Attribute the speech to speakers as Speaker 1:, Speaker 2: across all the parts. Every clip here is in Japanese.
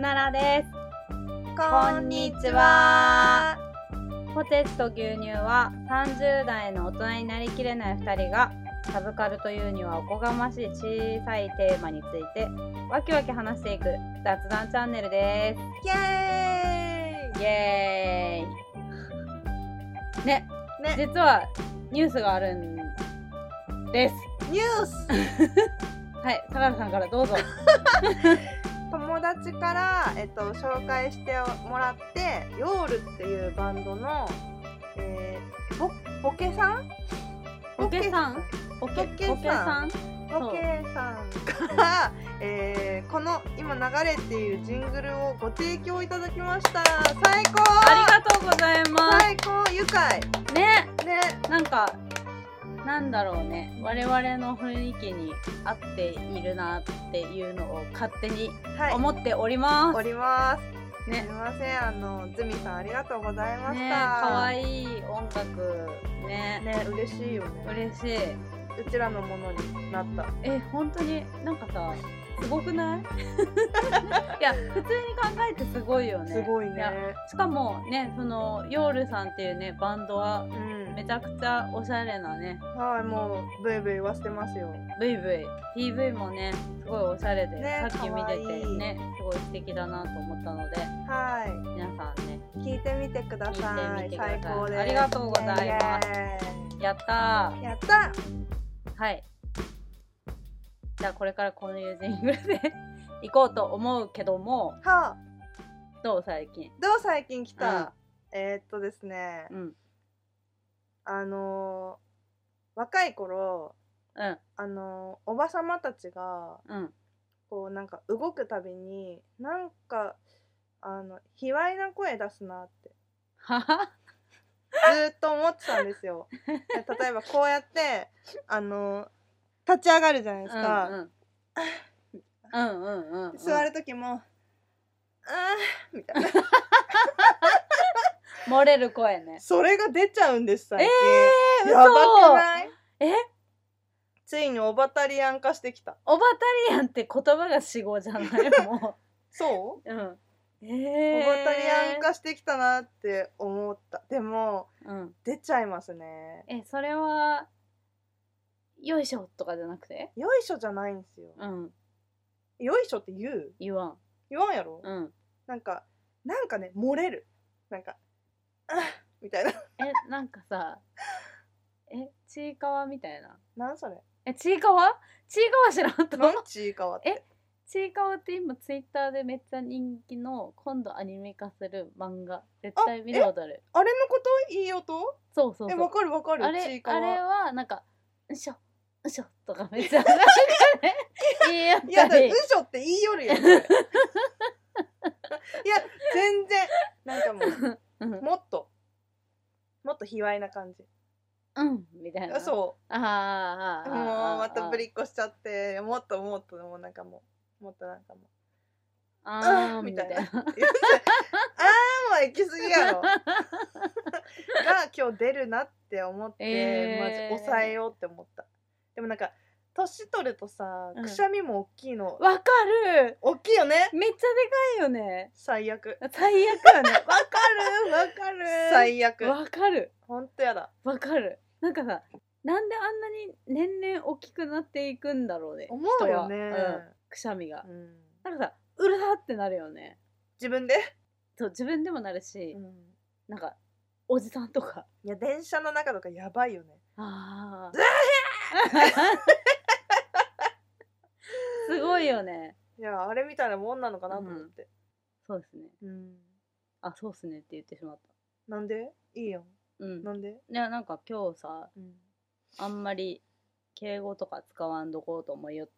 Speaker 1: 奈良です。
Speaker 2: こんにちは。
Speaker 1: ポテチと牛乳は30代の大人になりきれない2人がサブカルというにはおこがましい小さいテーマについてわきわき話していく雑談チャンネルで
Speaker 2: イエー
Speaker 1: す。イエーイ。ね、
Speaker 2: イね、
Speaker 1: 実はニュースがあるんです。
Speaker 2: ニュース
Speaker 1: はい、相良さんからどう ぞ。
Speaker 2: 友達から、えっと、紹介してもらってヨールっていうバンドの、えー、ボボケさん
Speaker 1: ボケさんボケ、
Speaker 2: ボケ
Speaker 1: ボケさん
Speaker 2: ボケさんから、えー、この今流れているジングルをご提供いただきました最高
Speaker 1: ありがとうございます。
Speaker 2: 最高愉快
Speaker 1: ね、
Speaker 2: ね
Speaker 1: なんか、なんだろうね、我々の雰囲気に合っているなっていうのを勝手に
Speaker 2: はい
Speaker 1: 思っております。
Speaker 2: おりますすみ
Speaker 1: ね、
Speaker 2: ませんあのズミさんありがとうございました
Speaker 1: ね、可愛い音楽、ね、
Speaker 2: ね嬉しいよね
Speaker 1: 嬉しい。
Speaker 2: うちらのものになった
Speaker 1: え、本当になんかさ、すごく ないいや、普通に考えてすごいよね。
Speaker 2: すごい
Speaker 1: や
Speaker 2: ね
Speaker 1: しかもね、その、ヨールさんっていうね、バンドは、
Speaker 2: うん
Speaker 1: めちゃくちゃおしゃれなね、
Speaker 2: はいもうブイブイ言わせてますよ
Speaker 1: ブイブイ PV もねすごいおしゃれで、
Speaker 2: ね
Speaker 1: さっき見て
Speaker 2: かわい
Speaker 1: て
Speaker 2: い
Speaker 1: ねすごい素敵だなと思ったので
Speaker 2: は
Speaker 1: 皆さんね
Speaker 2: い聞いてみてくださ
Speaker 1: 聞いてみ
Speaker 2: い
Speaker 1: てください
Speaker 2: 最高です
Speaker 1: ありがとうございます
Speaker 2: す
Speaker 1: やった
Speaker 2: やった
Speaker 1: ーはいじゃあこれからこの友人グルで 行こうと思うけども
Speaker 2: はあ
Speaker 1: どう最近
Speaker 2: どう最近来た、えー、っとですね
Speaker 1: うん
Speaker 2: あのー若い頃
Speaker 1: うん
Speaker 2: あのーおばさまたちが
Speaker 1: うん
Speaker 2: こうなんか動くたびになんかあの卑猥な声出すなって
Speaker 1: はは
Speaker 2: ずーっと思ってたんです よ。で例えばこうやってあの立ち上がるじゃないですか。
Speaker 1: うんうんうんうんうんうん
Speaker 2: 座る時も「あー」みたいな
Speaker 1: 漏れる声ね
Speaker 2: それが出ちゃうんです最
Speaker 1: えー
Speaker 2: 近。やばく
Speaker 1: 嘘
Speaker 2: ない
Speaker 1: え
Speaker 2: ついにオバタリアン化してきた。
Speaker 1: オバタリアンって言葉が死語じゃないも
Speaker 2: そう
Speaker 1: う、うん、え
Speaker 2: オ
Speaker 1: ー
Speaker 2: バタリアン化してきたなって思った。でも
Speaker 1: うん
Speaker 2: 出ちゃいますね。
Speaker 1: えそれはよいしょとかじゃなくて
Speaker 2: よいしょじゃないんですよ。
Speaker 1: うん
Speaker 2: よいしょって言う
Speaker 1: 言わん
Speaker 2: 言わんやろ、
Speaker 1: うん
Speaker 2: なんかなんかね漏れる。なんか「あー」みたいな。
Speaker 1: えなんかさえちいかわみたいな
Speaker 2: なんそれ
Speaker 1: えちいかわちいかわ知らんと
Speaker 2: なんちいかわって
Speaker 1: えちいかわって今ツイッターでめっちゃ人気の今度アニメ化する漫画絶対見たことある
Speaker 2: あれのこといい音
Speaker 1: そうそう
Speaker 2: え
Speaker 1: そう
Speaker 2: わかるわかる
Speaker 1: あ
Speaker 2: ち
Speaker 1: れ
Speaker 2: いか
Speaker 1: あれ
Speaker 2: わ
Speaker 1: はなんか「うんしょうんしょ」とか めっちゃなんかね言い合っ
Speaker 2: いや
Speaker 1: た
Speaker 2: だう
Speaker 1: り
Speaker 2: んしょって言いよる よそれいや全然なんかもう
Speaker 1: うん
Speaker 2: もっともっと卑猥な感 じ
Speaker 1: うんみたいなう
Speaker 2: そ
Speaker 1: あ
Speaker 2: う
Speaker 1: ーあーあー
Speaker 2: もうま
Speaker 1: あ
Speaker 2: た
Speaker 1: ー
Speaker 2: ぶりっこしちゃってもっともっともうなんかもうもっとなんかもう
Speaker 1: あー
Speaker 2: あー
Speaker 1: み
Speaker 2: み
Speaker 1: た
Speaker 2: た
Speaker 1: い
Speaker 2: い
Speaker 1: な
Speaker 2: な「いやあー」は行き過ぎやろが今日出るなって思って、
Speaker 1: えー
Speaker 2: マジ抑えようって思ったでもなんか年取るとさ
Speaker 1: うん
Speaker 2: くしゃみも大きいの、
Speaker 1: わかる
Speaker 2: 大きいよね
Speaker 1: めっちゃでかいよね
Speaker 2: 最悪
Speaker 1: 最悪よねわかるわか
Speaker 2: 最悪
Speaker 1: わかる
Speaker 2: ほんとやだ
Speaker 1: わかるなんかさなんであんなに年々大きくなっていくんだろうね
Speaker 2: 思うよね
Speaker 1: 人はうん、くしゃみが
Speaker 2: うん、
Speaker 1: なんかさうるさってなるよね
Speaker 2: 自分で、
Speaker 1: そう自分でもなるし、
Speaker 2: うん
Speaker 1: なんかおじさんとか
Speaker 2: いや電車の中とかやばいよね
Speaker 1: あー すごいよね
Speaker 2: いやあれみたいなもんなのかなと思って、
Speaker 1: そうですね
Speaker 2: うん
Speaker 1: あそうっすねって言ってしまっ
Speaker 2: なんでいいよ
Speaker 1: たうん
Speaker 2: なんで、
Speaker 1: いやなんか今日さ
Speaker 2: うん
Speaker 1: あんまり敬語とか使わんどこうと思いよっ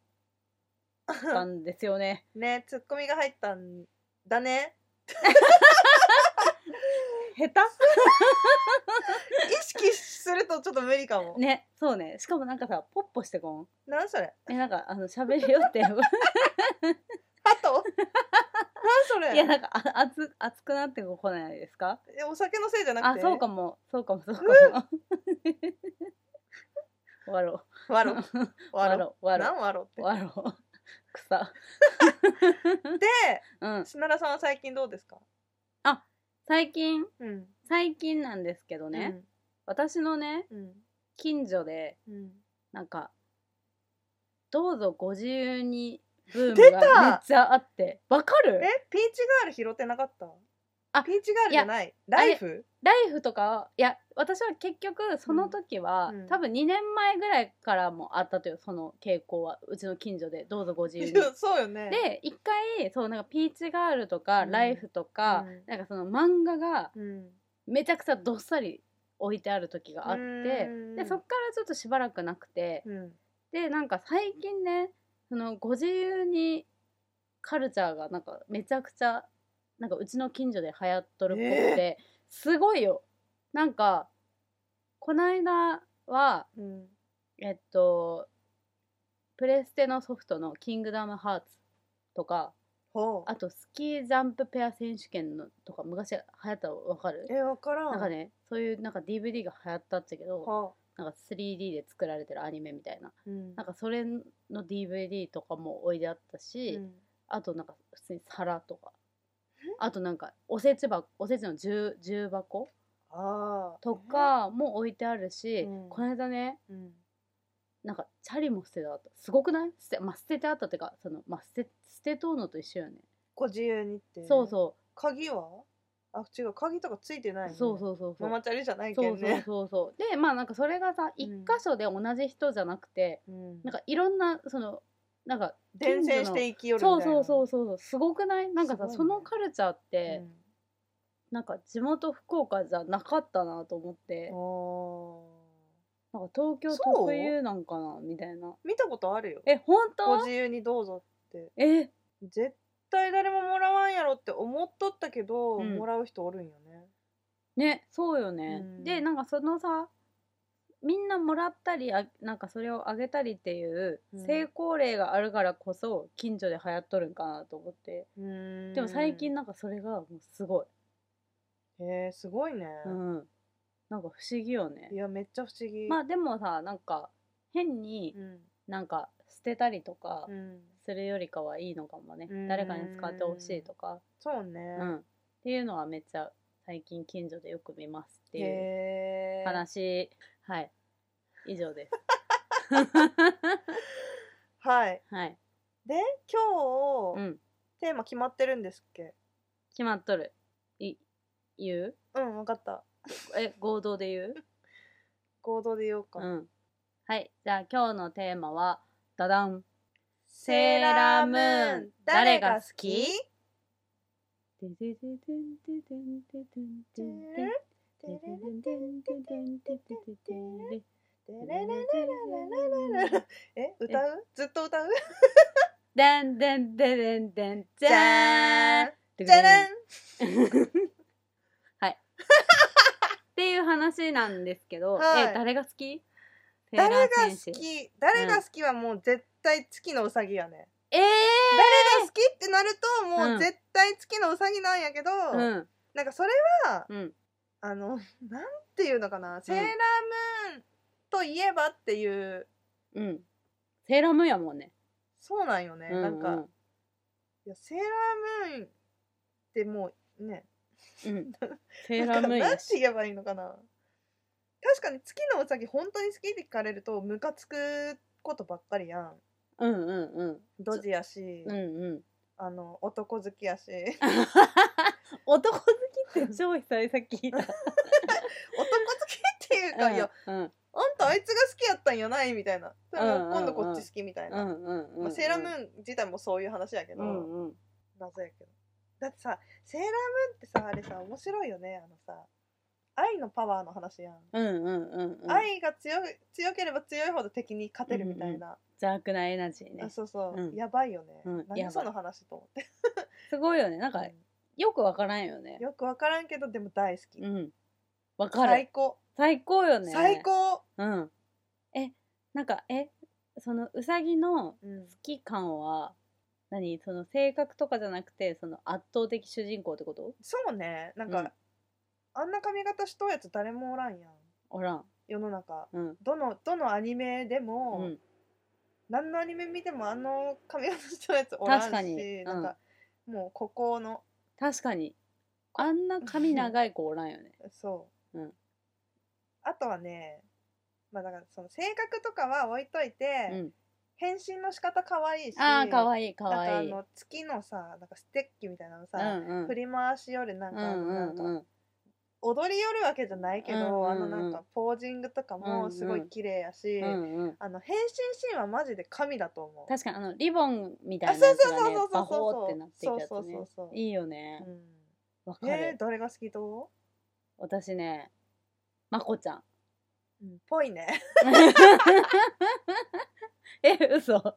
Speaker 1: たんですよね。
Speaker 2: ねツッコミが入ったんだね
Speaker 1: 下
Speaker 2: 意識するとちょっと無理かも
Speaker 1: 手ね、そうね。しかもなんかさ、ポッポしてこん。
Speaker 2: なん それ
Speaker 1: え、なんかあの喋りよ って。い
Speaker 2: ハトなんそれ
Speaker 1: や、なんかあ熱熱くなってこないですか
Speaker 2: えお酒のせいじゃな
Speaker 1: あ
Speaker 2: く、て
Speaker 1: そうかも。そうかも、そうかも。終わろ
Speaker 2: わろ
Speaker 1: う。終
Speaker 2: わ
Speaker 1: わ
Speaker 2: ろ
Speaker 1: ろう。終わろ
Speaker 2: なんわろって
Speaker 1: う。終わろう。草。うん。
Speaker 2: 砂田さんは最近どうですか
Speaker 1: 最近、
Speaker 2: うん
Speaker 1: 最近なんですけどね、私のね、
Speaker 2: うんうん
Speaker 1: 近所で、
Speaker 2: うん
Speaker 1: なんか、どうぞご自由にブーム
Speaker 2: 出
Speaker 1: が
Speaker 2: た
Speaker 1: めっちゃあって。わかる
Speaker 2: えピーチガール拾ってなかった
Speaker 1: あ
Speaker 2: ピーチガールじゃないライフ
Speaker 1: ライフとかいや私は結局その時は、
Speaker 2: うんうん
Speaker 1: 多分2年前ぐらいからもあったというその傾向はうちの近所でどうぞご自由に。
Speaker 2: そうよね
Speaker 1: で一回そうなんかピーチガールとか、
Speaker 2: うん
Speaker 1: ライフとか、
Speaker 2: うん
Speaker 1: なんかその漫画が
Speaker 2: うん
Speaker 1: めちゃくちゃどっさり置いてある時があって、
Speaker 2: うん
Speaker 1: でそっからちょっとしばらくなくて、
Speaker 2: うん
Speaker 1: でなんか最近ねそのご自由にカルチャーがなんかめちゃくちゃなんかうちの近所で流行っとるっぽくて、すごいよなんかこないだは
Speaker 2: うん
Speaker 1: えっとプレステのソフトの「キングダムハーツ」とか
Speaker 2: ほう
Speaker 1: あとスキージャンプペア選手権のとか昔流行ったの分かる
Speaker 2: えわからん
Speaker 1: なんかねそういうなんか DVD が流行ったっちゃけど
Speaker 2: は
Speaker 1: なんか 3D で作られてるアニメみたいな
Speaker 2: うん
Speaker 1: なんかそれの DVD とかも置いてあったし、
Speaker 2: うん
Speaker 1: あとなんか普通に皿とかあとなんかおせち箱おせちの重重箱
Speaker 2: あー
Speaker 1: とかも置いてあるし、
Speaker 2: うん
Speaker 1: この間ね
Speaker 2: うん
Speaker 1: なんかチャリも捨ててあったすごくない捨て,、まあ、捨ててあったっていうかその、まあ、捨て捨てとうのと一緒よね、
Speaker 2: ご自由にって
Speaker 1: そうそう
Speaker 2: 鍵はあ違う鍵とかついてないね
Speaker 1: そうそうそうそう
Speaker 2: ママチャリじゃないけ
Speaker 1: そ
Speaker 2: ん
Speaker 1: うそう
Speaker 2: ね
Speaker 1: そうそうでまあなんかそれがさ一
Speaker 2: うん
Speaker 1: 箇所で同じ人じゃなくて、
Speaker 2: うん
Speaker 1: なんかいろんなそのなんか
Speaker 2: 伝染して生きよるみ
Speaker 1: そう
Speaker 2: たいな
Speaker 1: そうそうそうそうすごくないなんかさ、
Speaker 2: すごいね
Speaker 1: そのカルチャーっ
Speaker 2: う
Speaker 1: て、
Speaker 2: ん
Speaker 1: なんか地元福岡じゃなかったなと思って
Speaker 2: お
Speaker 1: なんか東京
Speaker 2: そう
Speaker 1: 特有なんかなみたい
Speaker 2: ー
Speaker 1: な
Speaker 2: 見たことあるよ
Speaker 1: え本
Speaker 2: ご
Speaker 1: 当
Speaker 2: 自由にどうぞ
Speaker 1: え
Speaker 2: 絶対誰ももらわんやろって思っとったけど、
Speaker 1: うん
Speaker 2: もらう人おるんよね
Speaker 1: ねそうよね、
Speaker 2: うん
Speaker 1: でなんかそのさみんなもらったりあなんかそれをあげたりっていう
Speaker 2: うん
Speaker 1: 成功例があるからこそ近所で流行っとるんかなと思って、でも最近
Speaker 2: の
Speaker 1: なんかそれがもうすごい、
Speaker 2: へえすごいね、
Speaker 1: うん、なんか不思議よね
Speaker 2: いやめっちゃ不思議
Speaker 1: まあでもさなんか変に
Speaker 2: うん
Speaker 1: なんか捨てたりとか
Speaker 2: うん
Speaker 1: するよりかはいいのかもね、
Speaker 2: うん
Speaker 1: 誰かに使ってほしいとか、
Speaker 2: そうね、
Speaker 1: うんっていうのはめっちゃ最近近所でよく見ますっていう
Speaker 2: へえ
Speaker 1: 話はい以上です
Speaker 2: はい
Speaker 1: はい、
Speaker 2: で今日、
Speaker 1: うん、
Speaker 2: テーマ決まってるんですっけ
Speaker 1: 決まっとるい言う
Speaker 2: うん分かった
Speaker 1: え合同で言う
Speaker 2: 合同で言おうか、
Speaker 1: うんはいじゃあ今日のテーマはダダン
Speaker 2: セーラームーン誰が好き
Speaker 1: ててててんててんててんてんてんてんてんてんてんてんてんてんてんてんてん
Speaker 2: え歌うずっと歌う
Speaker 1: でんでんでんでんでんじ
Speaker 2: じ
Speaker 1: ゃ
Speaker 2: ゃ
Speaker 1: ーん
Speaker 2: ーんじゃらん
Speaker 1: はいっていう話なんですけど、
Speaker 2: はい
Speaker 1: え誰が好き
Speaker 2: 誰が
Speaker 1: セ
Speaker 2: 好
Speaker 1: ーラー戦士
Speaker 2: き誰が好きはもう絶対月のうさぎやね、
Speaker 1: え
Speaker 2: 誰が好きってなるともうんう絶対月のうさぎなんやけど、
Speaker 1: ー、うん
Speaker 2: なんかそれは
Speaker 1: うん
Speaker 2: あのなんていうのかな、セーラームーンといえばっていう
Speaker 1: うんセーラームーンやもんね、
Speaker 2: そうなんよね、
Speaker 1: う
Speaker 2: なんか、
Speaker 1: うん
Speaker 2: いやセーラームーンってもうね
Speaker 1: うん、セーラームーン
Speaker 2: なん
Speaker 1: や
Speaker 2: て
Speaker 1: し
Speaker 2: 言えばいいのかな確かに月のうさぎ本当に好きって聞かれるとムカつくことばっかりやん
Speaker 1: うんうんうん
Speaker 2: ドジやし、
Speaker 1: うんうん
Speaker 2: あの男好きやし
Speaker 1: 男好きって超久々聞いた
Speaker 2: 男好きっていうか、いや
Speaker 1: うんうん
Speaker 2: あんたあいつが好きやったんやないみたいなそれも
Speaker 1: うんうんうん
Speaker 2: 今度こっち好きみたいな、
Speaker 1: うんうんうん
Speaker 2: まあ、セーラームーン自体もそういう話やけど、
Speaker 1: うんうん
Speaker 2: 謎やけどだってさセーラームーンってさあれさ面白いよねあのさ愛のパワーの話やん、
Speaker 1: うんうんうんうん
Speaker 2: 愛が強い強ければ強いほど敵に勝てるみたいな、
Speaker 1: 邪悪なエナジーね
Speaker 2: あそうそう、
Speaker 1: うん
Speaker 2: やばいよね、
Speaker 1: うん
Speaker 2: 何
Speaker 1: やばい
Speaker 2: その話と思って
Speaker 1: すごいよねなんかよくわからんよね
Speaker 2: よく分からんけどでも大好き、
Speaker 1: うんわかる
Speaker 2: 最高、
Speaker 1: 最高よね
Speaker 2: 最高、
Speaker 1: うんえなんかえそのうさぎの好
Speaker 2: うん、
Speaker 1: き感は何その性格とかじゃなくてその圧倒的主人公ってこと
Speaker 2: そうねなんか、
Speaker 1: うん
Speaker 2: あんな髪型しとうやつ誰もおらんやん
Speaker 1: おらん
Speaker 2: 世の中
Speaker 1: うん
Speaker 2: どのどのアニメで
Speaker 1: う
Speaker 2: も、
Speaker 1: ん
Speaker 2: 何のアニメ見てもあの髪型したやつおらんし
Speaker 1: 確かにうん
Speaker 2: なんかもうここの
Speaker 1: 確かにあんな髪長い子おらんよね
Speaker 2: そう、
Speaker 1: うん
Speaker 2: あとはねまあだからその性格とかは置いといて、
Speaker 1: うん
Speaker 2: 返信の仕方可愛いし
Speaker 1: ああかわいいか
Speaker 2: なんか
Speaker 1: わ
Speaker 2: あ
Speaker 1: いいうん
Speaker 2: の月のさなんかステッキみたいなのさ、
Speaker 1: うん
Speaker 2: 振り回しよるなん
Speaker 1: う
Speaker 2: か,、なん
Speaker 1: ん
Speaker 2: か
Speaker 1: うんうん
Speaker 2: 踊り寄るわけじゃないけど、
Speaker 1: うんうんうん
Speaker 2: あのなんかポージングとかもすごい綺麗やし、
Speaker 1: うんうん
Speaker 2: あの変身シーンはマジで神だと思う。
Speaker 1: 確かにあのリボンみた
Speaker 2: あ
Speaker 1: いな
Speaker 2: そう
Speaker 1: やつ
Speaker 2: そう
Speaker 1: がね
Speaker 2: そうそう
Speaker 1: バ
Speaker 2: そう
Speaker 1: ホ
Speaker 2: そ
Speaker 1: ーっ
Speaker 2: う
Speaker 1: てなっていくやつ
Speaker 2: そう
Speaker 1: ね
Speaker 2: そうそうそう
Speaker 1: いいよねわ
Speaker 2: う
Speaker 1: か
Speaker 2: ん、えー、
Speaker 1: る
Speaker 2: 誰が好きと、
Speaker 1: 私ねまこ ちゃん
Speaker 2: うん、ぽいね
Speaker 1: え嘘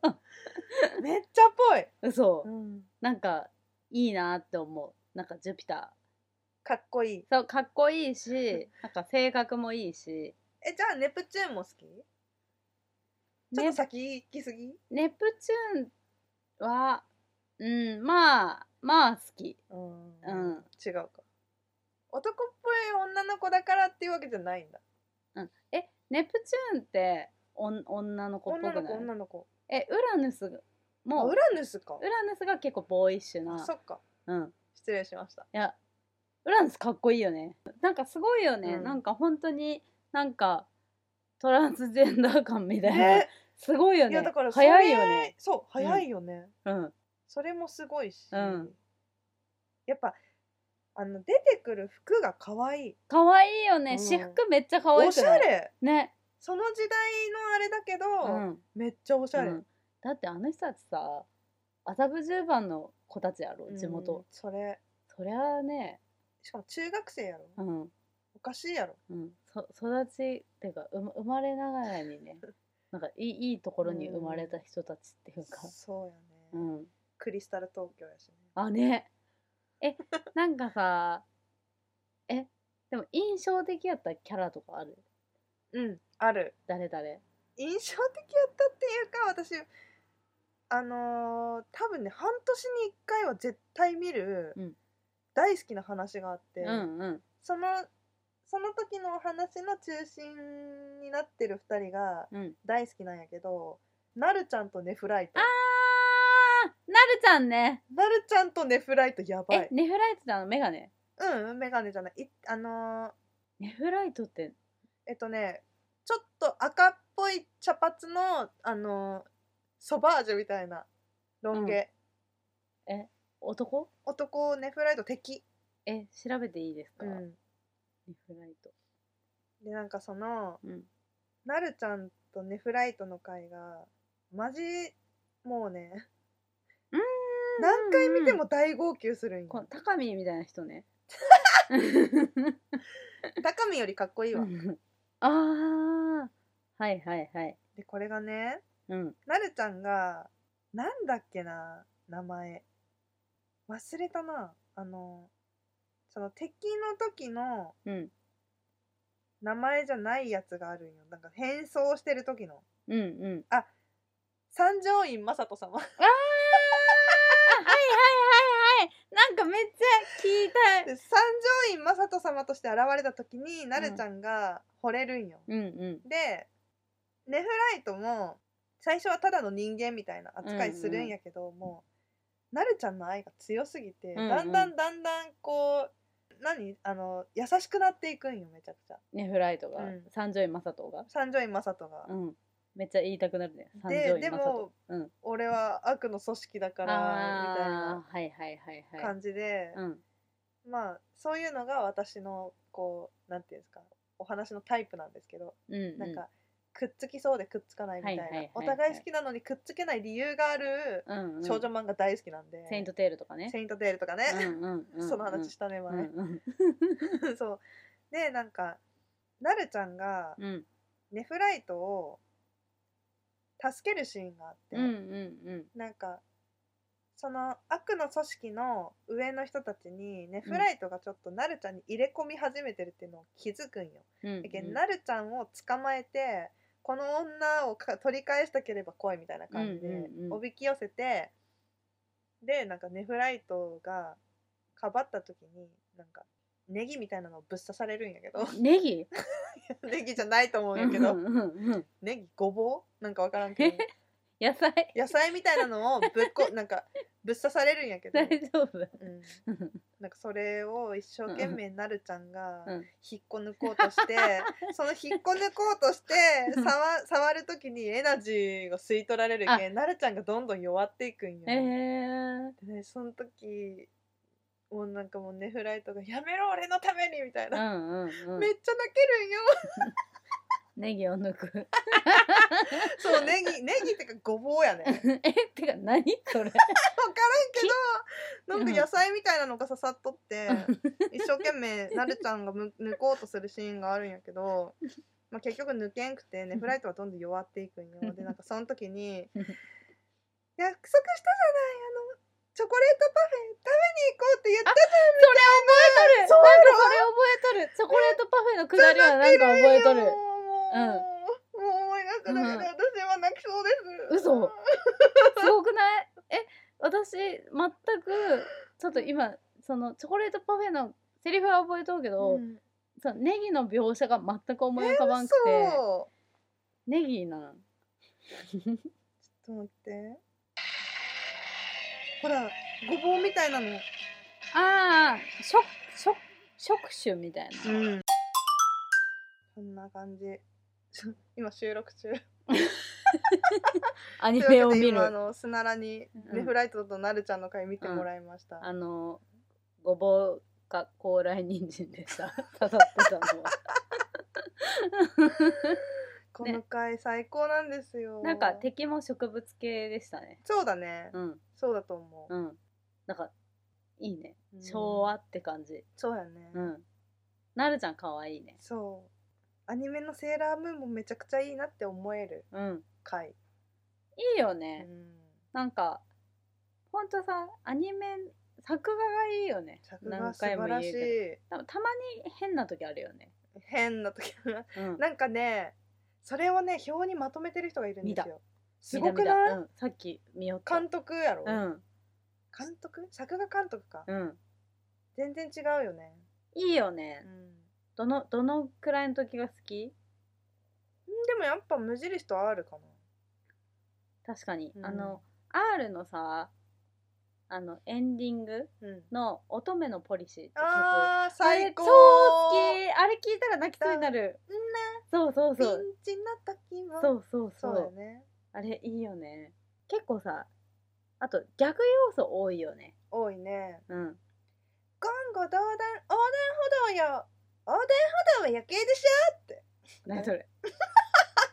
Speaker 2: めっちゃぽい、
Speaker 1: 嘘
Speaker 2: うん、
Speaker 1: なんかいいなって思うなんかジュピタ
Speaker 2: かっこいい
Speaker 1: ーそうかっこいいしなんか性格もいいし
Speaker 2: えじゃあネプチューンも好きちょっ
Speaker 1: ね
Speaker 2: と先行きすぎ、
Speaker 1: ネプチューンはうんまあまあ好き
Speaker 2: うん
Speaker 1: うん
Speaker 2: 違うか男っぽい女の子だからっていうわけじゃないんだ
Speaker 1: えネプチューンっておん女の子っぽ
Speaker 2: 女
Speaker 1: く
Speaker 2: の子
Speaker 1: ない
Speaker 2: 女の子
Speaker 1: えウラヌス
Speaker 2: あ
Speaker 1: も
Speaker 2: ウ
Speaker 1: ウ
Speaker 2: ラヌスか
Speaker 1: ラヌスが結構ボーイッシュ
Speaker 2: あ
Speaker 1: な
Speaker 2: そっか
Speaker 1: うん
Speaker 2: 失礼しました
Speaker 1: いやウランスかっこいいよねなんかすごいよね、
Speaker 2: うん
Speaker 1: なんか本当になんかトランスジェンダー感みたいな、
Speaker 2: え
Speaker 1: すごいよ
Speaker 2: い
Speaker 1: ね
Speaker 2: やだからそれ
Speaker 1: 早いよね
Speaker 2: そう早いよね、
Speaker 1: うん
Speaker 2: それもすごいし、
Speaker 1: うん
Speaker 2: やっぱあの出てくる服が可愛い
Speaker 1: かわいいよね、
Speaker 2: うん
Speaker 1: 私服めっちゃかわい
Speaker 2: お
Speaker 1: く
Speaker 2: し
Speaker 1: な
Speaker 2: ゃ
Speaker 1: い
Speaker 2: れ
Speaker 1: ね、
Speaker 2: その時代のあれだけ
Speaker 1: う
Speaker 2: ど、
Speaker 1: ん
Speaker 2: めっちゃおしゃれ、
Speaker 1: うんだってあの人たちさ麻布十番の子たちやろ地元、
Speaker 2: うんそれ
Speaker 1: そりゃあね
Speaker 2: しかも中学生やろ
Speaker 1: うん
Speaker 2: おかしいやろ
Speaker 1: うんそ育ちっていうかうま生まれながら にねなんかいいいいところに生まれた人たちっていうか、
Speaker 2: そうやね、
Speaker 1: うん、
Speaker 2: クリスタル東京やしね
Speaker 1: あねえなんかさ えでも印象的やったキャラとかある
Speaker 2: うんある
Speaker 1: 誰誰
Speaker 2: 印象的やったっていうか私あのー多分ね半年に1回は絶対見る、
Speaker 1: うん
Speaker 2: 大好きな話があって、
Speaker 1: うんうん
Speaker 2: そのその時のお話の中心になってる2人が
Speaker 1: うん
Speaker 2: 大好きなんやけど、なるちゃんとネフライト
Speaker 1: あーなるちゃんね
Speaker 2: なるちゃんとネフライトやば
Speaker 1: え
Speaker 2: い
Speaker 1: ネフライトってあのメガネ
Speaker 2: うんメガネじゃないいあのー
Speaker 1: ネフライトって
Speaker 2: えっとねちょっと赤っぽい茶髪のあのーソバージュみたいなロン毛、
Speaker 1: 男
Speaker 2: 男ネフライト敵、
Speaker 1: え調べていいですか、ネフライト
Speaker 2: でなんかその
Speaker 1: うん
Speaker 2: なるちゃんとネフライトの会がマジもうね何回見ても大号泣するんよ、
Speaker 1: この高見みたいな人 ね
Speaker 2: 高見よりかっこいいわ、
Speaker 1: あーはいはいはい
Speaker 2: でこれがね
Speaker 1: うん
Speaker 2: なるちゃんがなんだっけな名前忘れたなあのその敵の時の
Speaker 1: うん
Speaker 2: 名前じゃないやつがあるんよなんか変装してる時の
Speaker 1: うんうん
Speaker 2: 三条院正人様
Speaker 1: あーはいはいはいはいなんかめっちゃ聞いた
Speaker 2: で三条院正人様として現れた時になるちゃんが惚れるんよ、
Speaker 1: うんうん
Speaker 2: でネフライトも最初はただの人間みたいな扱いするんやけど、もうなるちゃんの愛が強すぎて、
Speaker 1: うんうん
Speaker 2: だんだんだんだんこう何あの優しくなっていくんよめちゃくちゃ
Speaker 1: ネフライトが、
Speaker 2: うん
Speaker 1: 三条院正人が
Speaker 2: 三条院正人が、
Speaker 1: うんめっちゃ言いたくなるね三
Speaker 2: で
Speaker 1: 条院
Speaker 2: で
Speaker 1: 正
Speaker 2: も
Speaker 1: 人うん
Speaker 2: 俺は悪の組織だからみたい
Speaker 1: あ
Speaker 2: な
Speaker 1: あーはいはいはいはい
Speaker 2: 感じで、
Speaker 1: うん
Speaker 2: まあそういうのが私のこうなんていうんですかお話のタイプなんですけど、
Speaker 1: うんうん
Speaker 2: なんかくっつきそうでくっつかないみたいな、
Speaker 1: はいはいはい
Speaker 2: お
Speaker 1: はい
Speaker 2: 互い好きなのにくっつけない理由がある
Speaker 1: うんうん
Speaker 2: 少女漫画大好きなんで「
Speaker 1: セイントテールとかね
Speaker 2: セイントテール」とかね、
Speaker 1: うんうんうんう ん
Speaker 2: その話したね
Speaker 1: う
Speaker 2: 前、
Speaker 1: んう ん、
Speaker 2: そうでなんかなるちゃんが
Speaker 1: うん
Speaker 2: ネフライトを助けるシーンがあって、
Speaker 1: うんうん
Speaker 2: なんかその悪の組織の上の人たちにネフライトがちょっとなるちゃんに入れ込み始めてるっていうのを気づくんよ。
Speaker 1: うんうん
Speaker 2: だけどなるちゃんを捕まえてこの女をか取り返したければ来いみたいな感じ
Speaker 1: うん
Speaker 2: で
Speaker 1: うんうん
Speaker 2: おびき寄せてでなんかネフライトがかばった時になんかネギみたいなのをぶっ刺されるんや けど
Speaker 1: ネギ
Speaker 2: ネギじゃないと思うんやけど
Speaker 1: うんうんうん
Speaker 2: ネギごぼうなんかわからんけど
Speaker 1: 野菜
Speaker 2: 野菜みたいなのをぶっこなんかぶっ刺されるん やけ ど、
Speaker 1: 大丈夫
Speaker 2: うん、
Speaker 1: うん
Speaker 2: なんかそれを一生懸命なるちゃんが
Speaker 1: うん
Speaker 2: 引っこ抜こうとして、その引っこ抜こうとして
Speaker 1: うん
Speaker 2: 触触る時にエナジーが吸い取られるけんなるちゃんがどんどん弱っていくんよ。
Speaker 1: えー、
Speaker 2: でねその時もうなんかもうネフライトが「やめろ俺のために」みたいうな、
Speaker 1: んうんう
Speaker 2: め
Speaker 1: ん
Speaker 2: っちゃ泣ける んよ。
Speaker 1: ネギを抜く
Speaker 2: そうネギネギってかごぼうやね。わか
Speaker 1: えてか何それ
Speaker 2: らんけどなんか野菜みたいなのが刺さっとって一生懸命なるちゃんがむ抜こうとするシーンがあるんやけど、まあ、結局抜けんくてネフライトはどんどん弱っていくんよ。でなんかその時に「約束したじゃないあのチョコレートパフェ食べに行こうって言ったじ
Speaker 1: それ覚えとるなんかそれ覚えとるチョコレートパフェのくだりはなんか覚えとる
Speaker 2: もうもう思い出すだけで私は泣きそうです。
Speaker 1: 嘘すごくないえ私全くちょっと今そのチョコレートパフェのセリフは覚えとるけど、
Speaker 2: うん
Speaker 1: そのネギの描写が全く思い浮かばんくて、
Speaker 2: そう
Speaker 1: ネギなん
Speaker 2: ちょっと待って。ほら、ごぼうみたいなの。
Speaker 1: ああ食食食種みたいな、
Speaker 2: ん。こんな感じ。 ちょ今収録中。
Speaker 1: ア
Speaker 2: とい
Speaker 1: ニ
Speaker 2: うわ
Speaker 1: メ
Speaker 2: け
Speaker 1: を
Speaker 2: で
Speaker 1: 見る
Speaker 2: 今あ
Speaker 1: あの
Speaker 2: のすならに
Speaker 1: うん
Speaker 2: レフライトとなるちゃんの回見てもらいました。
Speaker 1: ごぼうか高麗人参でさ 刺さってたのは
Speaker 2: この回最高なんですよ。
Speaker 1: なんか敵も植物系でしたね
Speaker 2: そうだね、
Speaker 1: うん
Speaker 2: そうだと思う。
Speaker 1: うんなんかいいね
Speaker 2: うん
Speaker 1: 昭和って感じ
Speaker 2: そうやね。
Speaker 1: うん、なるちゃんかわいいね
Speaker 2: そう。アニメのセーラームーンもめちゃくちゃいいなって思える
Speaker 1: うん
Speaker 2: 回。
Speaker 1: いいよ
Speaker 2: う
Speaker 1: ね、
Speaker 2: ん
Speaker 1: なんかほんとさアニメ作画がいいよね
Speaker 2: 作画
Speaker 1: 何
Speaker 2: 素晴
Speaker 1: 回も言
Speaker 2: ら
Speaker 1: う
Speaker 2: し
Speaker 1: け
Speaker 2: い。
Speaker 1: どたたまに変な時あるよね、
Speaker 2: 変な時
Speaker 1: うん、
Speaker 2: なんかねそれをね表にまとめてる人がいるんです
Speaker 1: 見
Speaker 2: よすごく
Speaker 1: 見た見
Speaker 2: ない、
Speaker 1: たうん、さっき見よった
Speaker 2: 監督やろ、
Speaker 1: うん
Speaker 2: 監督作画監督か、
Speaker 1: うん
Speaker 2: 全然違うよね、
Speaker 1: いいよね
Speaker 2: う、ん、
Speaker 1: どのどのくらいの時が好き
Speaker 2: でもやっぱ無印と R かな
Speaker 1: 確かに、
Speaker 2: うん
Speaker 1: あの R のさあのエンディング
Speaker 2: うん
Speaker 1: の「乙女のポリシー」って曲
Speaker 2: あー最高
Speaker 1: あれ超好きあれ聞いたら泣きそうになる
Speaker 2: うんね
Speaker 1: そうそう
Speaker 2: ピン
Speaker 1: そう
Speaker 2: チな時も
Speaker 1: そうそうそ
Speaker 2: そう
Speaker 1: う
Speaker 2: だよね
Speaker 1: あれいいよね結構さあと逆要素多いよね
Speaker 2: 多いね
Speaker 1: うん
Speaker 2: 言語道断横断歩道よ横断歩道は夜景でし
Speaker 1: 何それ
Speaker 2: ょ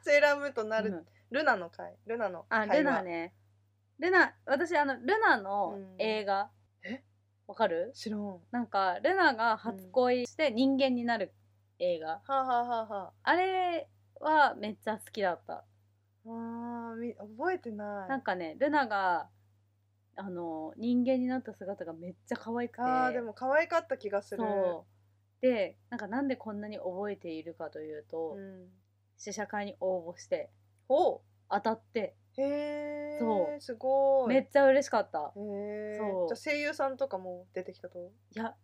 Speaker 2: セーラームーンとなる、
Speaker 1: うん
Speaker 2: ルナの回ルナの会
Speaker 1: あ
Speaker 2: 話
Speaker 1: ルナねルナ私あのルナ
Speaker 2: う
Speaker 1: の
Speaker 2: ん
Speaker 1: 映画
Speaker 2: え
Speaker 1: わかる
Speaker 2: 知らんは
Speaker 1: なんかルナが初恋して人間になる映画
Speaker 2: あ、はあはあはあ
Speaker 1: あれはめっちゃ好きだった
Speaker 2: あーみ覚えてない。
Speaker 1: なんかねルナがあの人間になった姿がめっちゃ可愛くて
Speaker 2: あーでも可愛かった気がする。
Speaker 1: そうでなんかなんでこんなに覚えているかというと、
Speaker 2: うん、
Speaker 1: 試写会に応募して
Speaker 2: お
Speaker 1: 当たって
Speaker 2: へえ。
Speaker 1: そう
Speaker 2: すごい。
Speaker 1: めっちゃ嬉しかった
Speaker 2: へえ。
Speaker 1: そう
Speaker 2: じゃあ声優さんとかも出てきたと。
Speaker 1: いや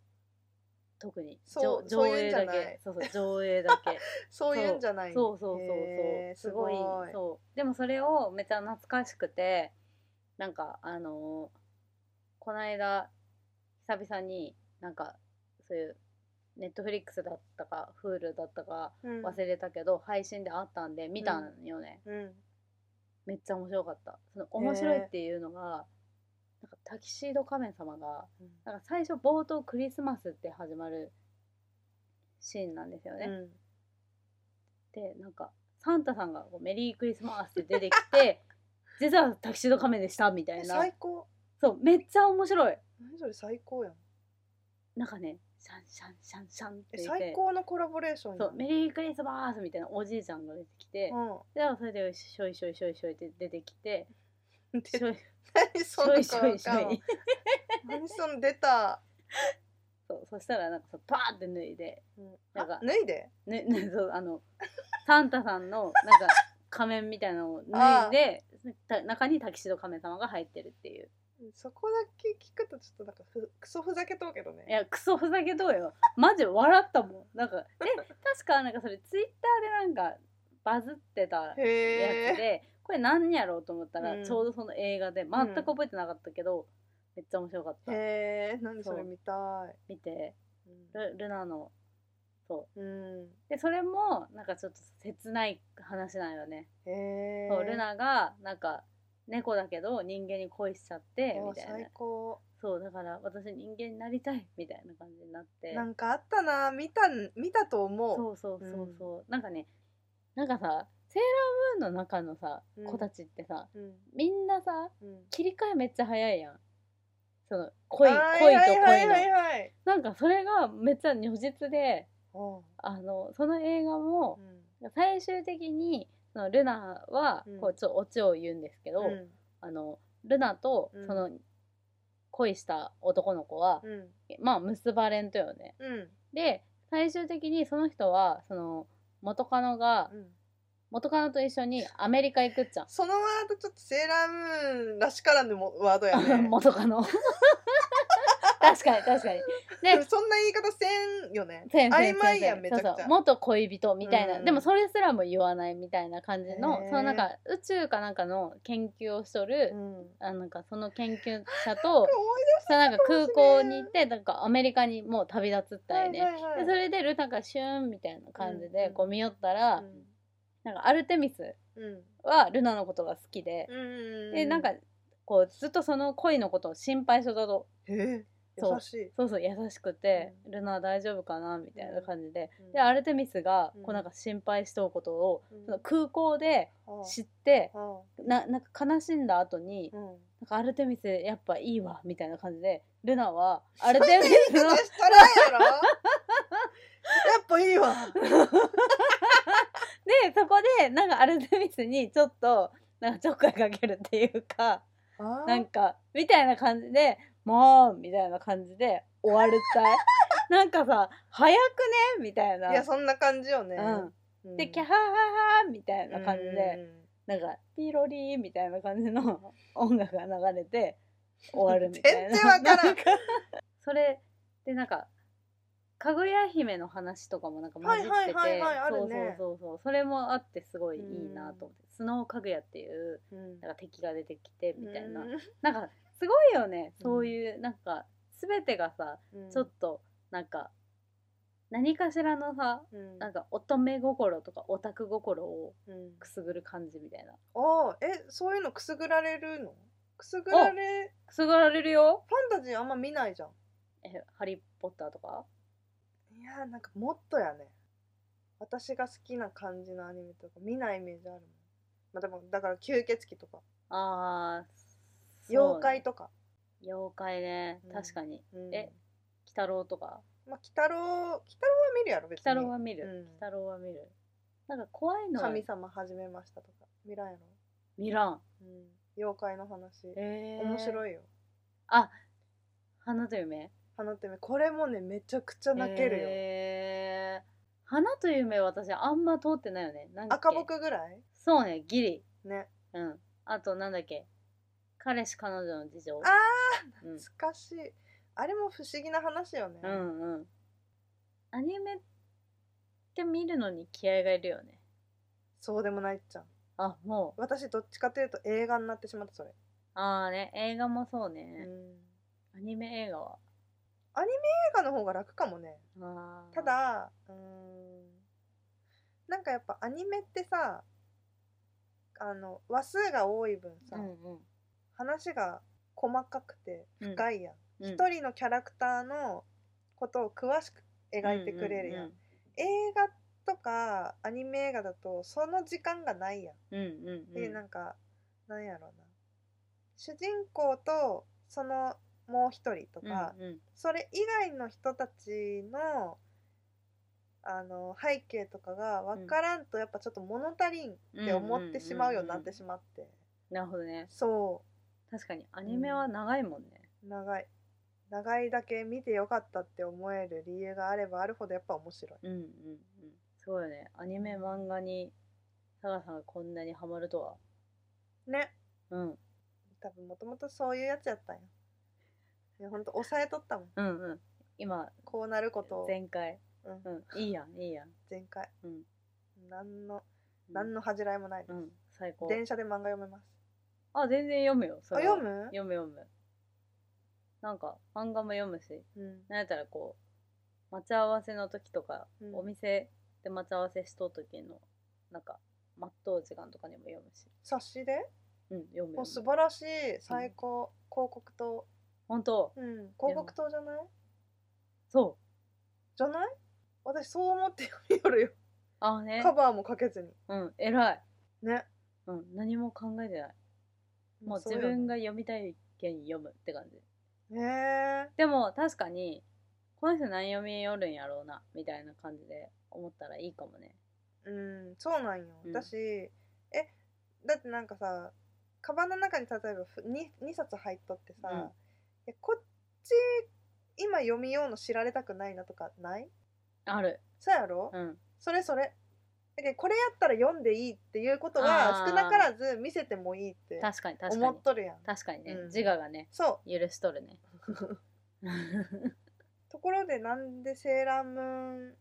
Speaker 1: 特に
Speaker 2: そう
Speaker 1: 上
Speaker 2: そういうん
Speaker 1: 映
Speaker 2: じゃ
Speaker 1: だ
Speaker 2: ない
Speaker 1: けそうそう上映 だけ
Speaker 2: そういうんじゃない。
Speaker 1: そうそうそうそう
Speaker 2: へー
Speaker 1: すごいそうでもそれをめっちゃ懐かしくてなんかあのーこないだ久々になんかそういうネットフリックスだったか Hulu だったか
Speaker 2: うん
Speaker 1: 忘れたけど、配信であったんで見たんよね、
Speaker 2: うん。
Speaker 1: めっちゃ面白かったその面白いっていうのが、なんかタキシード仮面様がなんか最初冒頭クリスマスって始まるシーンなんですよ
Speaker 2: う
Speaker 1: ね、
Speaker 2: ん。
Speaker 1: でなんかサンタさんがこうメリークリスマスって出てきて 実はタキシード仮面でしたみた
Speaker 2: え
Speaker 1: いな
Speaker 2: 最高。
Speaker 1: そうめっちゃ面白い
Speaker 2: 何それ最高やん。
Speaker 1: なんかねシャンシャンシャンシャンって
Speaker 2: え
Speaker 1: 言って
Speaker 2: 最高のコラボレーションやん。
Speaker 1: そうメリークリスマスみたいなおじいちゃんが出てきて、でそれでしょいしょいしょいしょいって出てきて
Speaker 2: うん。
Speaker 1: しょい
Speaker 2: 何
Speaker 1: し
Speaker 2: そ
Speaker 1: ょ
Speaker 2: の
Speaker 1: いしょいしょ
Speaker 2: 顔
Speaker 1: い
Speaker 2: か。何その出た。
Speaker 1: そうそしたらなんかさパーって脱いで、
Speaker 2: うん
Speaker 1: なんか
Speaker 2: あ脱いで。
Speaker 1: ねねそうあのサンタさんのなんか仮面みたいなのを脱いでた中にタキシード仮面様が入ってるっていう
Speaker 2: そこだけ聞くとちょっとなんかふクソふざけとうけどね。
Speaker 1: いやクソふざけどうよマジ笑ったもんな んかで確かなんかそれツイッターでなんかバズってたやつ
Speaker 2: へえ。
Speaker 1: でこれ何やろうと思ったら、
Speaker 2: うん
Speaker 1: ちょうどその映画で全く覚えてなかったけど、めっちゃ面白かった
Speaker 2: へえ何それ見たい
Speaker 1: 見てルルナのそ
Speaker 2: うん
Speaker 1: うでそれもなんかちょっと切ない話なんよね、
Speaker 2: へえ
Speaker 1: そうルナがなんか猫だけど人間に恋しちゃってみたいな
Speaker 2: 最高
Speaker 1: そうだから私人間になりたいみたいな感じになって
Speaker 2: なんかあったな見た見たと思う
Speaker 1: そうそうそうそう、なんかねなんかさセーラームーンの中のさ
Speaker 2: うん
Speaker 1: 子たちってさ、
Speaker 2: うん
Speaker 1: みんなさ
Speaker 2: うん
Speaker 1: 切り替えめっちゃ早いやんその恋恋と
Speaker 2: はい
Speaker 1: 恋の、
Speaker 2: はいはいはい
Speaker 1: なんかそれがめっちゃ如実で
Speaker 2: はい
Speaker 1: あのその映画も最終的にそのルナは
Speaker 2: うん
Speaker 1: こうちょっとオチを言うんですけど、
Speaker 2: うん
Speaker 1: あのルナと
Speaker 2: うん
Speaker 1: その恋した男の子は、
Speaker 2: うん
Speaker 1: まあ結ばれんとよね。
Speaker 2: うん
Speaker 1: で最終的にその人はその元カノが
Speaker 2: うん
Speaker 1: 元カノと一緒にアメリカ行くっちゃ
Speaker 2: そのワードちょっとセーラームーンらしからぬもワードや ね
Speaker 1: ん元カノ確かに確かに
Speaker 2: で もそんな言い方せんよね
Speaker 1: せんせんせん
Speaker 2: 曖昧やんめちゃくち
Speaker 1: そう
Speaker 2: ゃ
Speaker 1: そう元恋人みたいな、
Speaker 2: うん
Speaker 1: でもそれすらも言わないみたいな感じの
Speaker 2: へー
Speaker 1: そのなんか宇宙かなんかの研究をしとる、
Speaker 2: うん
Speaker 1: あなんかその研究 者と
Speaker 2: 多い
Speaker 1: さなんか空港に行
Speaker 2: 面
Speaker 1: ってなんかアメリカにもう旅立つったよね、
Speaker 2: はいはいはい
Speaker 1: でそれでルタがシューンみたいな感じ
Speaker 2: うん
Speaker 1: で
Speaker 2: うん
Speaker 1: こう見よったら、なんかアルテミス
Speaker 2: うん
Speaker 1: はルナのことが好きで、
Speaker 2: うん
Speaker 1: でなんかこうずっとその恋のことを心配しとったと
Speaker 2: へえ
Speaker 1: そう
Speaker 2: 優しい
Speaker 1: そうそう優しくて、
Speaker 2: うん
Speaker 1: ルナは大丈夫かなみたいな感じで、
Speaker 2: うん
Speaker 1: でアルテミスが
Speaker 2: うん
Speaker 1: こうなんか心配しとうことを、
Speaker 2: うん
Speaker 1: その空港で
Speaker 2: ああ
Speaker 1: 知って、
Speaker 2: ああ
Speaker 1: ななんか悲しんだ後に、
Speaker 2: うん
Speaker 1: なんかアルテミスやっぱいいわみたいな感じでルナはアルテミスの
Speaker 2: そしたらやろ やっぱいいわ
Speaker 1: でそこでなんかアルテミスにちょっとなんかちょっかいかけるっていうか
Speaker 2: あ
Speaker 1: なんかみたいな感じでもうみたいな感じで終わる ったいなんかさ早くねみたいな。
Speaker 2: いやそんな感じよね、
Speaker 1: うん
Speaker 2: うん
Speaker 1: でキャハハハみたいな感じで、なんかピロリーみたいな感じの 音楽が流れて終わるみたいな
Speaker 2: 全然わからん
Speaker 1: なかそれでなんかかぐや姫の話とかもなんか混じってて、
Speaker 2: はいはいはいはいあ
Speaker 1: そ
Speaker 2: る
Speaker 1: う
Speaker 2: ね
Speaker 1: そうそうそうそれもあってすごいいいなと思って、スノーかぐやっていう
Speaker 2: うん、うん
Speaker 1: なんか敵が出てきてみたいな、
Speaker 2: うん
Speaker 1: なんかすごいよねそういうなんか全てがさ、
Speaker 2: うん
Speaker 1: ちょっとなんか何かしらのさ
Speaker 2: うん
Speaker 1: なんか乙女心とかオタク心を
Speaker 2: うん
Speaker 1: くすぐる感じみたいな
Speaker 2: あーえそういうのくすぐられるのくすぐられ
Speaker 1: くすぐられるよ
Speaker 2: ファンタジーあんま見ないじゃん
Speaker 1: えハリー・ポッターとか
Speaker 2: いやーなんかもっとやね私が好きな感じのアニメとか見ないイメージあるもん、まあ、でもだから吸血鬼とか、
Speaker 1: あーそうね
Speaker 2: 妖怪とか、
Speaker 1: 妖怪ね
Speaker 2: うん
Speaker 1: 確かに鬼
Speaker 2: うん
Speaker 1: え太郎とか
Speaker 2: まあ鬼太郎鬼太郎は見るやろ別
Speaker 1: 鬼
Speaker 2: に
Speaker 1: 太郎は見る
Speaker 2: うん
Speaker 1: 鬼太郎は見るなんか怖いのは
Speaker 2: 神様始めましたとか見らんやろ、
Speaker 1: 見らん
Speaker 2: うん、妖怪の話
Speaker 1: え
Speaker 2: 面
Speaker 1: い
Speaker 2: 白いよ
Speaker 1: あ花と夢
Speaker 2: 花ってこれもねめちゃくちゃ泣けるよ、
Speaker 1: えー花と夢私あんま通ってないよねなんだっけ
Speaker 2: 赤僕ぐらい
Speaker 1: そうねギリ
Speaker 2: ね
Speaker 1: うん。あと、なんだっけ。彼氏、彼女の事情。
Speaker 2: あ
Speaker 1: う
Speaker 2: ー
Speaker 1: ん
Speaker 2: 懐かしい、あれも不思議な話よね、
Speaker 1: うんうん。アニメって見るのに気合がいるよね。
Speaker 2: そうでもないっちゃん
Speaker 1: あ、もう。
Speaker 2: 私どっちかというと映画になってしまったそれ、
Speaker 1: ああね、映画もそうね。
Speaker 2: うん
Speaker 1: アニメ映画は。
Speaker 2: 映画の方が楽かもね
Speaker 1: あー
Speaker 2: た、だうーんなんかやっぱアニメってさあの話数が多い分さ、
Speaker 1: うんうん。
Speaker 2: 話が細かくて深いやん
Speaker 1: うん
Speaker 2: 一、人のキャラクターのことを詳しく描いてくれるやん,、
Speaker 1: うん
Speaker 2: 映画とかアニメ映画だとその時間がないやん、
Speaker 1: うんうん。うんうんうん
Speaker 2: でなんかなんやろうな主人公とそのもう一人とか、
Speaker 1: うんうん
Speaker 2: それ以外の人たちのあの背景とかが分からんとやっぱちょっと物足りんって思ってしまうようになってしまって、
Speaker 1: なるほどね。
Speaker 2: そ
Speaker 1: 確かに、アニメは長いもんね。
Speaker 2: う長い長いだけ見てよかったって思える理由があればあるほどやっぱ面白い
Speaker 1: うんうんうん。すごいよね。アニメ、漫画に、サガさんがこんなにハマるとは。
Speaker 2: ね
Speaker 1: うん。
Speaker 2: 多分もともとそういうやつやったんやいやほんと抑えとったもん
Speaker 1: うんうん。今、
Speaker 2: こうなることを
Speaker 1: 前回、
Speaker 2: うん
Speaker 1: うん、いいやんいいやん、
Speaker 2: 全開
Speaker 1: うん
Speaker 2: なんの
Speaker 1: うん
Speaker 2: 何の恥じらいもないです、
Speaker 1: うん、最高。
Speaker 2: 電車で漫画読めます
Speaker 1: あ、全然読むよ。そ
Speaker 2: あ
Speaker 1: れは
Speaker 2: 読む、
Speaker 1: 読む読む。なんか、漫画も読むし、
Speaker 2: うん
Speaker 1: なんやったらこう、待ち合わせの時とか、
Speaker 2: うん
Speaker 1: お店で待ち合わせしとう時の、なんか、待っとう時間とかにも読むし。
Speaker 2: 冊子で
Speaker 1: うん、読む
Speaker 2: もう
Speaker 1: よ。
Speaker 2: 素晴らしい最高、広告塔
Speaker 1: 本当
Speaker 2: うん広告塔じゃない
Speaker 1: そう。
Speaker 2: じゃない私そう思って読みよるよ
Speaker 1: ああね
Speaker 2: カ。バーもかけずに
Speaker 1: うん、偉い。
Speaker 2: ね
Speaker 1: うん、何も考えてない。もう
Speaker 2: そう
Speaker 1: 自
Speaker 2: よね
Speaker 1: 分が読みたい件読むって感じ。
Speaker 2: ね
Speaker 1: でも確かに、この人何読みよるんやろうな、みたいな感じで思ったらいいかもね。
Speaker 2: えうんそうなんよ、
Speaker 1: うん
Speaker 2: 私えだってなんかさカバンの中に例えばふ 2, 2冊入っとってさ、
Speaker 1: うん
Speaker 2: えこっち今読みようの知られたくないなとかない
Speaker 1: ある。
Speaker 2: そうやろ、
Speaker 1: うん。
Speaker 2: それそれだけどこれやったら読んでいいっていうこと
Speaker 1: あ
Speaker 2: は
Speaker 1: ー
Speaker 2: 少なからず見せてもいいって
Speaker 1: 確かに確か
Speaker 2: 思
Speaker 1: に
Speaker 2: っ。とるやん
Speaker 1: 確かにね、
Speaker 2: うん
Speaker 1: 自我がね、
Speaker 2: そう
Speaker 1: 許し とるね。
Speaker 2: ところでなんでセーラームーン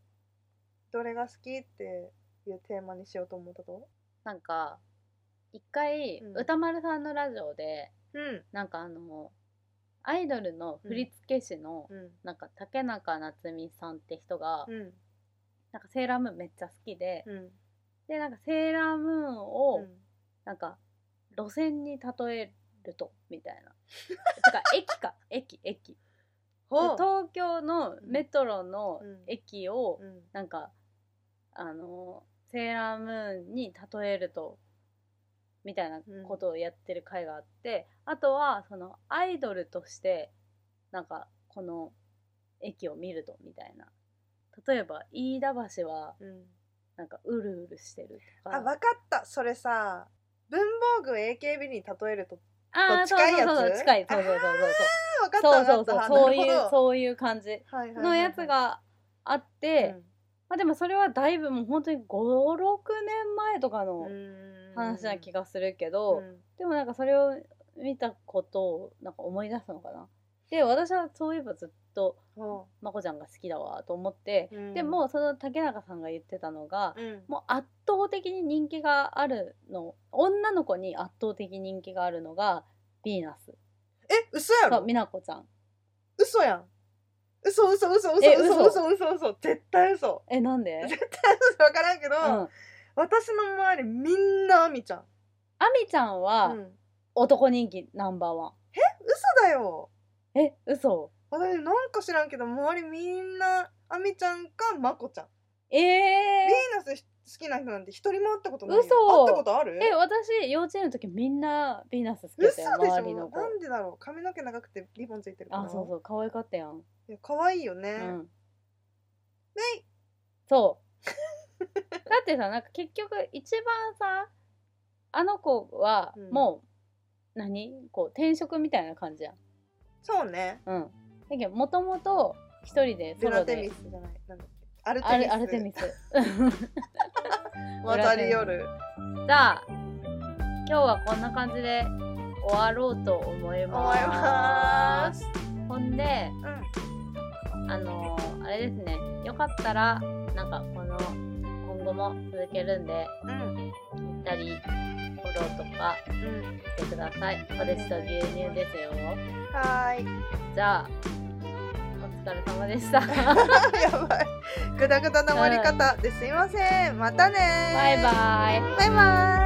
Speaker 2: どれが好きっていうテーマにしようと思ったと
Speaker 1: なんか、一回、
Speaker 2: うん
Speaker 1: 歌丸さんのラジオで、
Speaker 2: うん
Speaker 1: なんかあの、アイドルの振付師の、
Speaker 2: うん
Speaker 1: なんか竹中夏実さんって人が、
Speaker 2: うん
Speaker 1: なんかセーラームーンめっちゃ好きで、
Speaker 2: うん
Speaker 1: で、なんかセーラームーンを、
Speaker 2: うん
Speaker 1: なんか路線に例えるとみたい な。てか駅か駅駅。で
Speaker 2: ほう
Speaker 1: 東京のメトロの
Speaker 2: うん
Speaker 1: 駅を
Speaker 2: うん
Speaker 1: なんかあのセーラームーンに例えるとみたいなことをやってる回があって、あとはそのアイドルとしてなんかこの駅を見るとみたいな。例えば飯田橋は
Speaker 2: うん
Speaker 1: なんかうるうるしてると
Speaker 2: あ
Speaker 1: か。
Speaker 2: 分かったそれさ文房具 AKB に例えると
Speaker 1: あー
Speaker 2: 近いやつ
Speaker 1: そうそうそう近いそうそうそうそうそう
Speaker 2: あ分か
Speaker 1: そう
Speaker 2: った分
Speaker 1: そうそ
Speaker 2: か
Speaker 1: う
Speaker 2: った
Speaker 1: そういう
Speaker 2: う
Speaker 1: そういう感じのやつがあって、まあでもそれはだいぶもう本当に56年前とかの話な気
Speaker 2: が
Speaker 1: がするけど、でもなんかそれを見たことをなんか思い出すのかな。で私はそういえばずっとまこちゃんが好きだわと思って、でもその竹中さんが言ってたのが、
Speaker 2: うん
Speaker 1: もう圧倒的に人気があるの女の子に圧倒的人気があるのがヴィーナス
Speaker 2: え嘘や
Speaker 1: そう
Speaker 2: ろ
Speaker 1: 美奈子ちゃん
Speaker 2: 嘘やん嘘嘘嘘嘘
Speaker 1: え
Speaker 2: 嘘
Speaker 1: 嘘
Speaker 2: 嘘嘘嘘絶対嘘
Speaker 1: えなんで、
Speaker 2: 絶対嘘分からんけど、
Speaker 1: うん、
Speaker 2: 私の周りみんなあみちゃん、
Speaker 1: アミちゃん
Speaker 2: う
Speaker 1: は、
Speaker 2: ん、嘘
Speaker 1: 男人気ナンバーワ
Speaker 2: だよ
Speaker 1: ン。え、嘘
Speaker 2: 私なんか知らんけど周りみんなあみちゃんかまこちゃん
Speaker 1: え
Speaker 2: ヴィ
Speaker 1: え
Speaker 2: ーナス好きな人なんて一人も会ったことないよ
Speaker 1: 嘘
Speaker 2: 会ったことある
Speaker 1: ー、え、私、幼稚園の時みんなヴィーナス好き
Speaker 2: 嘘
Speaker 1: だ
Speaker 2: で
Speaker 1: った
Speaker 2: し
Speaker 1: よ、周りの
Speaker 2: ょ
Speaker 1: 子
Speaker 2: な。んでだろう髪の毛長くてリボンついてるから
Speaker 1: あ、そうそう、可愛かったやん。
Speaker 2: いや可愛いよね
Speaker 1: う、ん。
Speaker 2: ねい
Speaker 1: そう。だ ってさ、なんか結局、一番さ、あの子は
Speaker 2: うん、
Speaker 1: もう、何こう、転職みたいな感じやん。
Speaker 2: そうね
Speaker 1: うん。だけど、もともと、一人で、ソ
Speaker 2: ベ
Speaker 1: ロ
Speaker 2: ラテミ
Speaker 1: で
Speaker 2: ス、じゃないなんだっけアルテ
Speaker 1: ア
Speaker 2: ミス
Speaker 1: ルアルテミス。
Speaker 2: 渡り夜
Speaker 1: じゃあ今日はこんな感じで終わろうと思
Speaker 2: 思
Speaker 1: い
Speaker 2: いま
Speaker 1: ますす。ほんで
Speaker 2: うん
Speaker 1: あのーあれですねよかったらなんかこの今後も続けるんで
Speaker 2: うん
Speaker 1: 行ったりフォローとか
Speaker 2: うん
Speaker 1: してください。ポテチと牛乳ですよ。
Speaker 2: はーい
Speaker 1: じゃあお疲れ様でした。
Speaker 2: やばいグダグダな終わり方ですいませんまたねー
Speaker 1: バイバイ。
Speaker 2: バイバイ